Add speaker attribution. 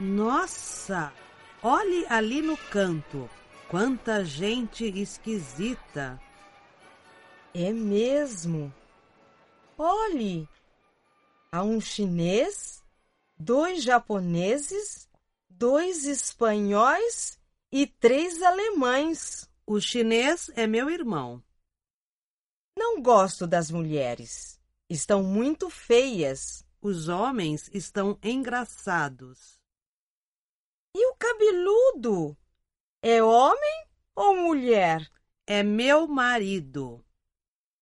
Speaker 1: Nossa! Olhe ali no canto. Quanta gente esquisita.
Speaker 2: É mesmo. Olhe! Há um chinês, dois japoneses, dois espanhóis e três alemães.
Speaker 1: O chinês é meu irmão.
Speaker 2: Não gosto das mulheres. Estão muito feias.
Speaker 1: Os homens estão engraçados.
Speaker 2: E o cabeludo? É homem ou mulher?
Speaker 1: É meu marido.